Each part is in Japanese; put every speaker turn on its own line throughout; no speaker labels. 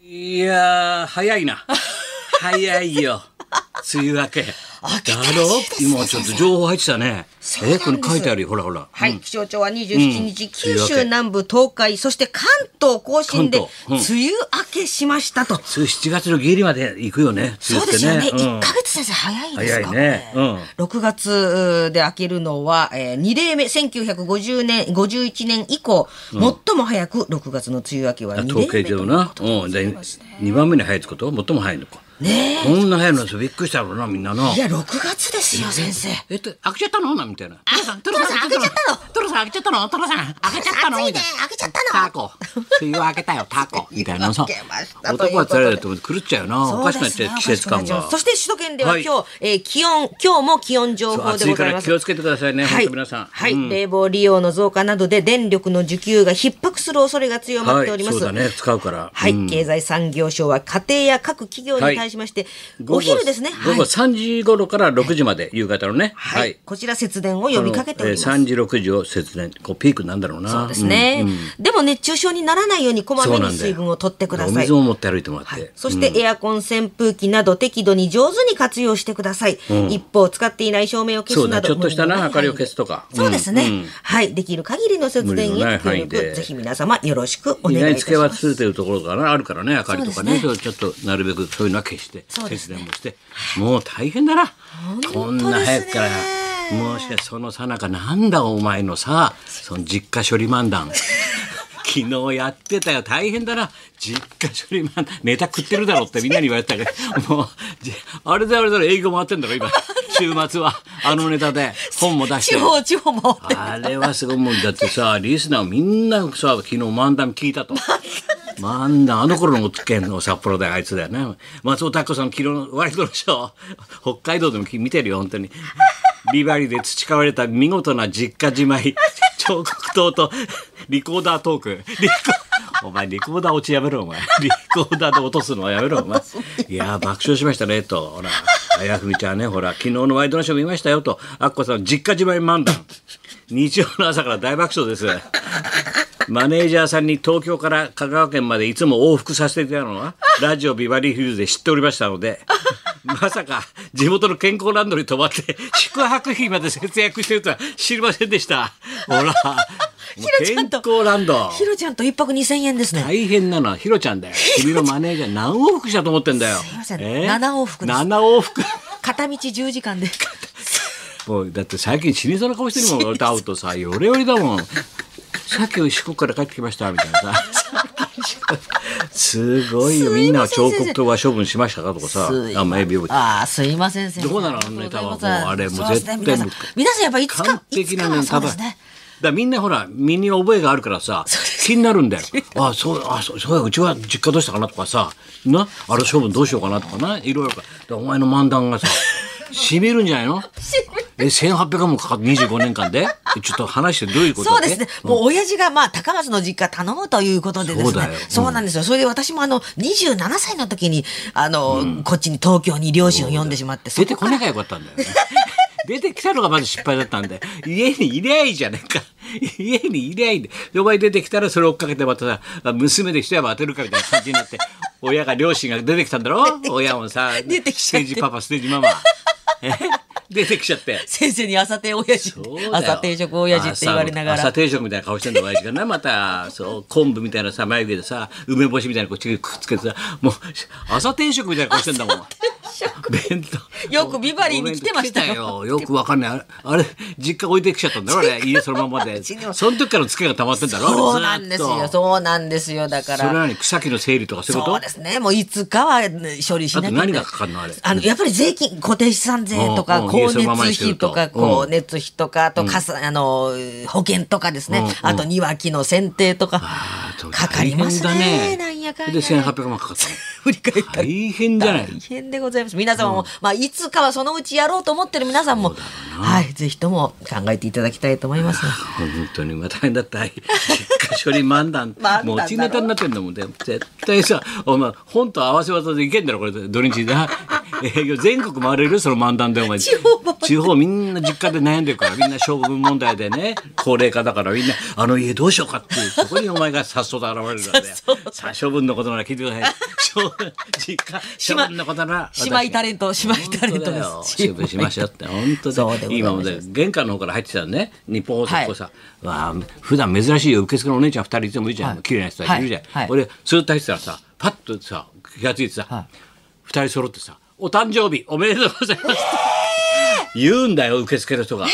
いやー、早い な。早いよ。梅雨明け。
明け
だ
たらしい
ろ
ですね
今ちょっと情報入ってたね。
そう
え、
なんです
これ書いてあるよ。ほらほら。
はい、気象庁は27日、九
梅雨明け
州南部、東海、そして関東甲信で
関
梅
東
雨明けしましたと。
そう7月の下痢まで行くよね。梅
そう
雨っ
で
て
すよね。一、
うん
ヶ月先生早いですか
早いねうん
6月で明けるのは、えー、2例目、1950年、51年以降、最も早く6月の梅雨明けは
あ
2
統計
例目と
上な。うん。で、2番目に早いってこと最も早いのか。
ね
こんな早いのさ、びっくりしたろうな、みんなな
え。い。や、6月ですよ、先生。
えっと、開けちゃったのなんみたいな。トロさん、トロさん、
トロさん
トロさん、開けちゃったのトロさん、開けちゃったの
暑
み
いね
たいな
開けちゃったの
タコ。梅雨開け たよ、タコ。みたいなさ
開けまし。たということで
男は釣られると思って狂っちゃうよな。お
そう
かし
で
くなっ
すね
ちゃう、季節感が。
そして首都圏では
はい
今日、えー気温、今日も気温情報で
暑
ご
いか
ざい
ら
ます
気。をつけてくださいね、
は
本
い、
当皆さん。
はい冷房利用の増加などで電力の需給が逼迫する恐れが強まっております。
はいそうだね使うから
はい、
うん
経済産業省は家庭や各企業に対しまして、お昼ですね。
午後
はい、
3時頃から6時まで、夕方のね。
はい
はい。
こちら節電を呼びかけております。
あのえー3時、6時を節電、こうピークなんだろうな。
そうですね、
うん
でも熱中症にならないようにこま
そ
め
うな
に
んだよ
水分を取ってくだ
お
さい
水。を持って歩いてもらっ
はい
て。
そしてエアコン扇風機など適度に上手に活用してください。一方、使っていない照明を消
そ
す
うだ
な
ね
ど。
ちょっとしたな
無理のない
明かりを消すとか
そうですね、
うん
はい。できる限りの節電
無理のない
への協
範囲で
力、ぜひ皆様よろしくお
意
願
外に
いい
つ
たし
けは
ま
つ
す。
いてるところがなあるからね明かりとかね
そ
ちょっとなるべくそういうのは消して
そうです
節
ね
電もしてもう大変だなこんな早くから
本当ですね
もしかしてそのさなかなんだお前のさその実家処理漫 談昨日やってたよ大変だな実家処理漫談ネタ食ってるだろってみんなに言われてたけどもうじあれだあれだ営業回ってんだろ 今週末はあのネタで本も出して
地方、地方も。
あれはすごいもんだってさ リスナーみんなさ昨日漫談聞い たと。漫談あの頃のおつけんの札幌であいつだよね松尾拓さん昨日のワイドのショー 北海道でも見てるよ本当にビバリーで培われた見事な実家じま い彫刻刀とリコーダートークリコお 前リコーダー落ちやめろお前リコーダーで 落とすのはやめろお前いやー爆笑しましたねとほらあやふみちゃんねほら昨日のワイドナショー見ましたよとアッコさん実家じまい漫談日曜の朝から大爆笑ですマネージャーさんに東京から香川県までいつも往復させていたのはラジオビバリーヒルズで知っておりましたのでまさか地元の健康ランドに泊まって宿泊費まで節約してるとは知りませんでしたほらもう
ひろちゃ
健
んと
康ランド
ひろちゃんと一泊二千円ですね。
大変なのはヒロちゃんだよ君のマネージャー何往復したと思ってんだよ
すいません七往復です
7往復
片道十時間で。
もうだって最近死にそうな顔してるも ん俺と会うとさよれよれだもんさっき四国から帰ってきましたみたいなさすごいよみんなは彫刻刀は処分しましたかとかさあんまエビ覚えて
ああ、すいません、先生。
どうなのあのネタはもうあれもう絶対
そうですね皆さん皆さんやっぱいつ
完
か、い
璧
つ
な
か
ね
は
多
そう
分
で
だ
す
か
ね。
らみんなほら身に覚えがあるからさ気になるんだよ あそうあそうそうやうちは実家どうしたかなとかさなあれ処分どうしようかなとかないろいろかだからお前の漫談が さしみるんじゃないのえ1800万もかかって25年間でえちょっと話してどういうこと
そう
だっ
で
け
すね。もう親父がまあ高松の実家頼むということでですね。
そ
そう
だよ
う
うん
なんですよ。それで私もあの27歳の時にあの、こっちに東京に両親を呼んでしまって、
出てこなきゃよかったんだよ ね出てきたのがまず失敗だったんで家にいりゃいいじゃねえか家にいりゃいいんででお前出てきたらそれを追っかけてまたさ娘で一山当てるかみたいな感じになって親が両親が出てきたんだろ親もさ
出てき
ス
ちゃ
テ
っ
ー
て
ジパパステージママえ出てきちゃって
先生に朝定親父
そうだ、よ
朝定食親父って言われなが
朝朝
ら。
定食みたいな顔してんの親父がなまたそう昆布みたいなさ眉毛でさ梅干しみたいなこっちにくっつけてさもう朝定食みたいな顔してんだもん弁当
よくビバリーに来てましたよ
よよくわかんないあれあれ実家置いてきちゃったんだろあ れ家そのままで
家にも
その時からツケが溜まってんだろ
そうなんです
ずー
よ。
っと
そうなんですよ。だか
それ
ら。
なのに草木の整理とかそういう
そ
こ
う
と
ですね。もういつかはね処理しなきゃいけない
あと何がかかるのあれ
の、やっぱり税金、固定資産税とか、
うんうん
光
そのままに
熱
してる
費
と
とか、光熱費とか、あと、かさ、あの、保険とかですね。あと、庭木の剪定とか、かかります
大
ね。
変だ
なんやかんや。
で1800万かかったの
振り返ったら
大変じゃない
大変でございます。皆様も、まあ、いつかはそのうちやろうと思ってる皆さんも、はい、ぜひとも考えていただきたいと思います。
本当にまあ大変だった実家処理漫談
漫談だろ
もう落ちネタになってんだもんね絶対さお前本と合わせ技でいけんだろこれ土日な営業全国回れるその漫談でお前
地方回る
地方みんな実家で悩んでるからみんな将軍問題でね高齢化だからみ んなあの家どうしようかっていうそこにお前がさっそうと現れるからねさあ処分のことなら聞いてください将軍実家処分のことなら私
姉妹タレント姉妹タレン
本当
ト
だ
で
よ
す
シェフしましょうって本当
そうでござ
だ
い
よ
ます
今もね玄関の方から入ってきたらね日本放送こうさ、わあ普段珍しいよ受付のお姉ちゃん二人いてもいいじゃん、
はい
綺麗な人たちいるじゃん、
はいはい
俺スーッと入ってたらさパッとさ気がついて
は
さ
い
二、人揃ってさ「お誕生日おめでとうございます」言うんだよ受付の人が。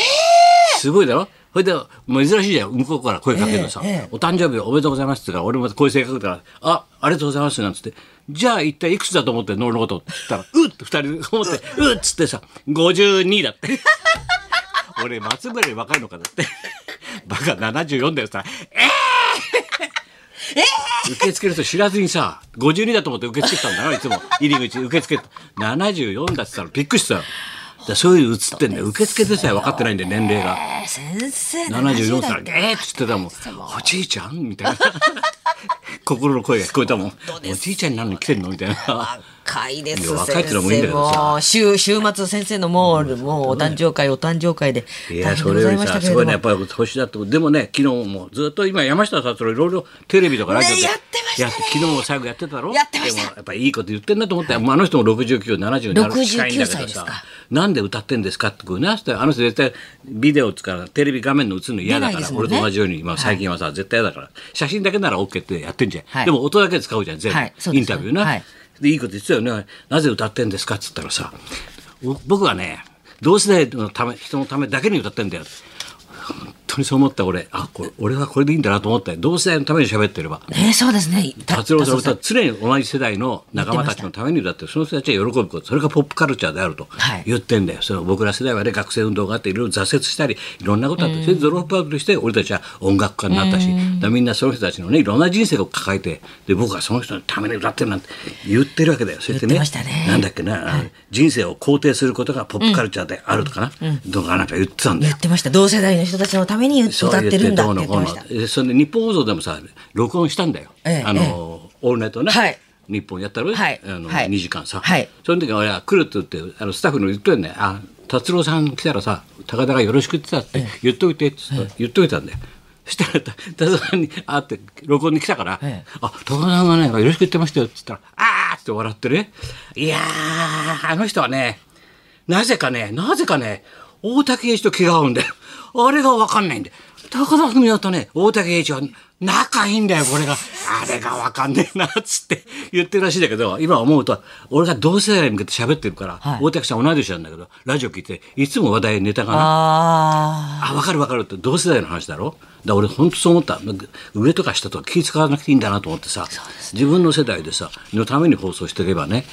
すごいだろそれで珍しいじゃん向こうから声かけるのさ、
ええええ
お誕生日おめでとうございます」って言うから俺もこういう性格だから「あありがとうございます」なんつって「じゃあ一体いくつだと思ってんの俺のこと」って言ったら 「うっ」って二人思って 「うっ」っつってさ「52だ」って 俺松村より若いのかだって バカ74だよさ「ええ受付の人知らずにさ52だと思って受け付けてたんだからいつも入り口受け付けて74だってたらびっくりしたよだからそういう映ってんだよ受付でさえ分かってないんだよ年齢が。
えー先生
74
だ
歳でえっつってたもん「おじいちゃん?」みたいな 心の声が聞こえたもん「おじいちゃんになるのに来てんの?」みたいな。
若いで
い
す
や若いっ
先
てのもいいんだけ
生
どさ
もう週週末先生のもうもうお誕生会お誕生会で
い
大
や
変で
そ
ご
れよ
ざい
り
ました
さ
け
す
れ
ごい
ど
ねやっ
も
ぱり年だとでもね昨日もずっと今山下達郎いろいろテレビとかラジオで
ねやってました
や
ね
って昨日も最後やってたろ
やってました
でもやっぱいいこと言ってんなと思ったよ、まああの人も6970になる近いんだけ
69歳
ど
です
さ
か
なんで歌ってんですかってこうなってあの人絶対ビデオ使うテレビ画面の映るの嫌だ
出な
から、
いですもん
俺
ね
と同じように、まあ、最近はさ、絶対嫌だから写真だけなら OK ってやってんじゃん、
はい
でも音だけ使うじゃん全部、
はいそう
イ
で
ン
すね
タビューな、
はい
でいいこと言ってたよねなぜ歌ってんですかっつったらさお僕はね同世代のため人のためだけに歌ってんだよ本当にそう思った俺あこれ俺はこれでいいんだなと思ったよ同世代のために喋ってれば
ねそうですね
達郎さんの歌は常に同じ世代の仲間たちのために歌ってるその人たちは喜ぶことそれがポップカルチャーであると
はい
言ってんだよ、その僕ら世代はね学生運動があっていろいろ挫折したりいろんなことあってそれでドロップアウトして俺たちは音楽家になったしだからみんなその人たちのねいろんな人生を抱えてで僕はその人のために歌ってるなんて言ってるわけだよそれで
言ってましたね
なんだっけな、あの人生を肯定することがポップカルチャーであるとかな、とかなんか言ってたんだよ
言ってました同世代の人たちのために歌
そう
ってるんだっ
言
て言
っどう
ってま
の
し
こ
た
うのえそれで日本放送でもさ録音したんだよ、
ええ
あの、オールナイトね、
はい
日本やったら、
はい
あの
はい
2時間さ、
はい
その時俺は来るって言ってあのスタッフの言っとるねあ達郎さん来たらさ高田がよろしくって言ってたって言っといてって言って言っといたんだよ。そしたらた達郎さんに会って録音に来たから「
ええ
あ高田さんがねよろしく言ってましたよ」って言ったら「ああ!」って笑ってね「いやーあの人はねなぜかね、なぜかね、大竹栄一と気が合うんだよ。あれがわかんないんだよ。高田文夫とね、大竹栄一は仲いいんだよ、これが。あれがわかんねえな、つって言ってるらしいんだけど、今思うと、俺が同世代に向けて喋ってるから、
はい
大竹さん同い年なんだけど、ラジオ聞いて、いつも話題ネタがな、
あ
あ、わかるわかるって同世代の話だろだから俺本当そう思った。上とか下とか気使わなくていいんだなと思ってさ、自分の世代でさ、のために放送してればね、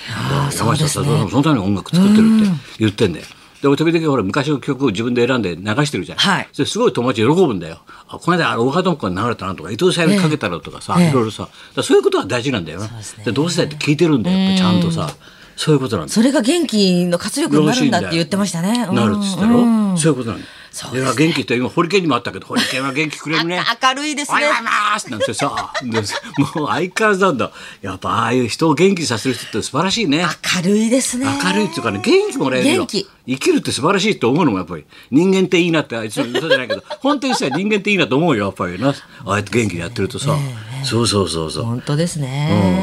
山下達郎さんもそのために音楽作ってるって言ってんだよ。で、俺時々ほら昔の曲を自分で選んで流してるじゃん。
はい
それすごい友達喜ぶんだよ。あ、この間あの大川智子に流れたなとか、伊藤沙莉にかけたらとかさ、
ええ
いろいろさ、だからそういうことが大事なんだよな。
すね
で同世代って聞いてるんだよ、やっぱちゃんとさ。そういうことなんだよ
ーそれが元気の活力になるんだって言ってましたね
なるっつった
うんうん
ろ。そういうことなんだ。
そう
では元気って今ホリケンにもあったけど、ホリケンは元気くれるね。
あ明るいです
お
ね
はようございますなんてさ、でもう相変わらずなんだ。やっぱああいう人を元気にさせる人って素晴らしいね。
明るいですね
明るいっていうかね、元気もらえるよ。
元気
生きるって素晴らしいと思うのもやっぱり。人間っていいなって、あいつの歌じゃないけど、本当にさ、人間っていいなと思うよ、やっぱりな。ああやって元気にやってるとさ。そうそうそうそう。
本当です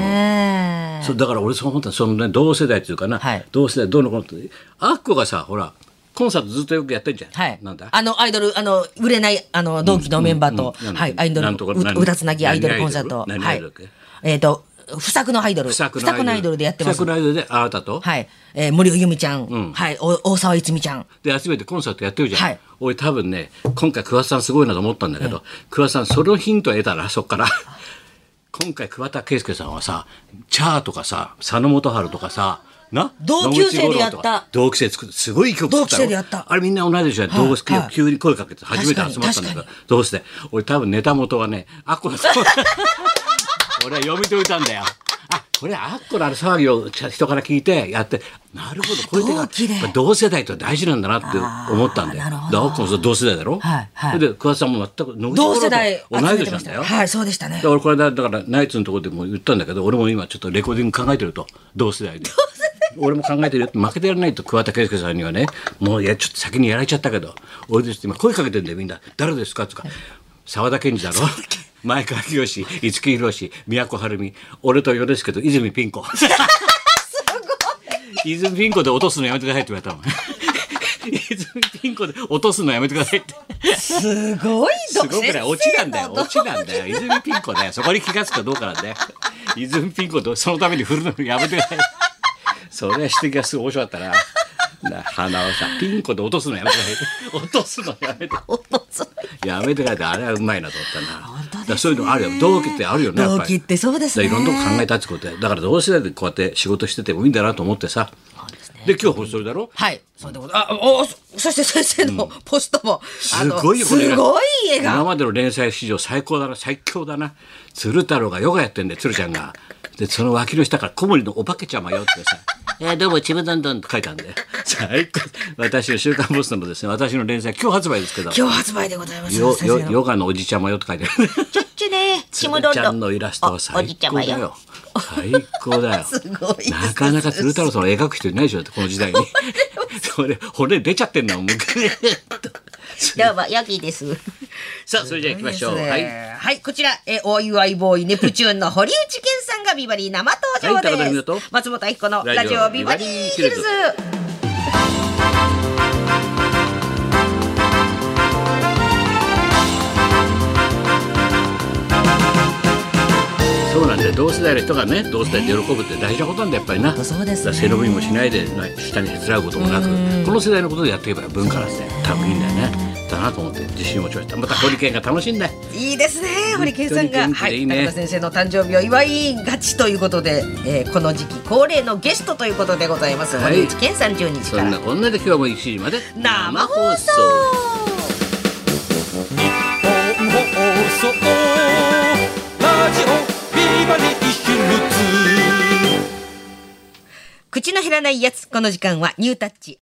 ね
そうだから俺そう思ったそのね同世代っていうかな、
はい
同世代どうのこうのってアッコがさほらコンサートずっとよくやってんじゃん、
はい、
なんだ
あのアイドルあの売れないあの同期のメンバーと、
うんうんうん
はい、アイドル
なんとか
う
何
歌つなぎアイドルコンサート
何
は
アイ
い
ドルだっけ
えっ、と不作のアイドル
不
不
作
作
の
のアイドルでやってま
不
す
作のアイドルであなたと、
はい、えー、森尾由美ちゃん、はいお大沢いつみちゃん
で集めてコンサートやってるじゃん、
はい
俺多分ね今回桑田さんすごいなと思ったんだけど、桑田さんそのヒントを得たら そっから今回桑田佳祐さんはさチャーとかさ佐野元春とかさな
同級生でやっ
野口五郎と
た
か同級生作ってすごい曲作ったろ
同期生でやった
あれみんな同い年で同級
はいはい
急に声かけて初めて集まったんだけど
確かに確か
どうして俺多分ネタ元はねアッコだと思う俺は読み解いたんだよあこれはアッコのあの騒ぎを人から聞いてやってなるほどこういう手が
同期で
やっぱ同世代って大事なんだなって思ったんだよ。
あーなる
だ
ほ
からアッコもそう同世代だろ。
はいはい
で桑田さんも全く野口五郎
同
と
世代
同
集
い
め
年な
てま
ん
し
だ
た
よ。
よはいそうでしたね
だから俺これだだからナイツのところでも言ったんだけど俺も今ちょっとレコーディング考えてると同世代で俺も考えてるよって負けてやらないと桑田佳祐さんにはねもういやちょっと先にやられちゃったけど俺ですって今声かけてんだよみんな誰ですかとか沢田研二だろ前川清五木ひろし宮古晴美俺とよろしくと泉ピン子 泉ピン子で落とすのやめてくださいって言われたもん 泉ピン子で落とすのやめてくださいって
すごい
すごくない落ちなんだよ落ちなんだよ泉ピン子だよそこに気が付くかどうかなんだよ泉ピン子とそのために振るのやめてくださいそれは指摘がすごい面白かったなな鼻をさピン子で落とすのやめてください落とすのやめてやめてくださいあれはうまいなと思ったな
本当ですね
だからそういうのあるよ同期ってあるよねやっぱり
同期ってそうですね
だからいろんなこと考えたってことでだから同世代でこうやって仕事しててもいいんだなと思ってさで今日はそれだろ
はい、そうでございます。あ、お、そそして先生のポストも、あ
す
の
ごいよこれ
す
が
ごい絵
今
が。
までの連載史上最高だな最強だな鶴太郎がヨガやってんだよ鶴ちゃんがでその脇の下から小森のお化けちゃまよっ てさ「えー、どうもちむどんどん」って書いてあるんだよ最高私の「週刊ポスト」のですね私の連載今日発売ですけど
今日発売でございます。
よ
先
よ
生の。
ヨガのおじちゃまよって書いてある
ちょっちね、ちむ
鶴
どん
ち
ど
ゃ
ん。
んのイラストは
おお
最
じちゃ
高
ま
だよ
よ。
最高だよ
すごいですね
なかなか鶴太郎さんを描く人いないでしょだってこの 時代にそれ骨出ちゃってんのもう
どうも、ヤギです。
さあそれじゃあ行きましょう、
は
はいい
ね、はい、こちら、え、お祝いボーイ、ネプチューンの堀内健さんがビバリー生登場で
は
す。
い高田文夫と
松本明子のラジオビバリーヒルズ。
そうなんだよ同世代の人がね同世代で喜ぶって大事なことなんだやっぱりな
当そうです
だ
ね
から背伸びもしないでな下にへつらうこともなくこの世代のことでやっていけば文化なんて多分いいんだよねだなと思って自信を持ちましたまた堀健が楽しんだよ
いいですね、堀健さんが。
本当に元気
は
でいい
い、
ね
高田先生の誕生日を祝いがちということで、えーこの時期恒例のゲストということでございます。
はい
堀内健さん12日
そ
から
んな。こんなで今日も1時まで
生放送。
日本放送ラジオビバリーヒルズ
口の減らないやつ、この時間はニュータッチ。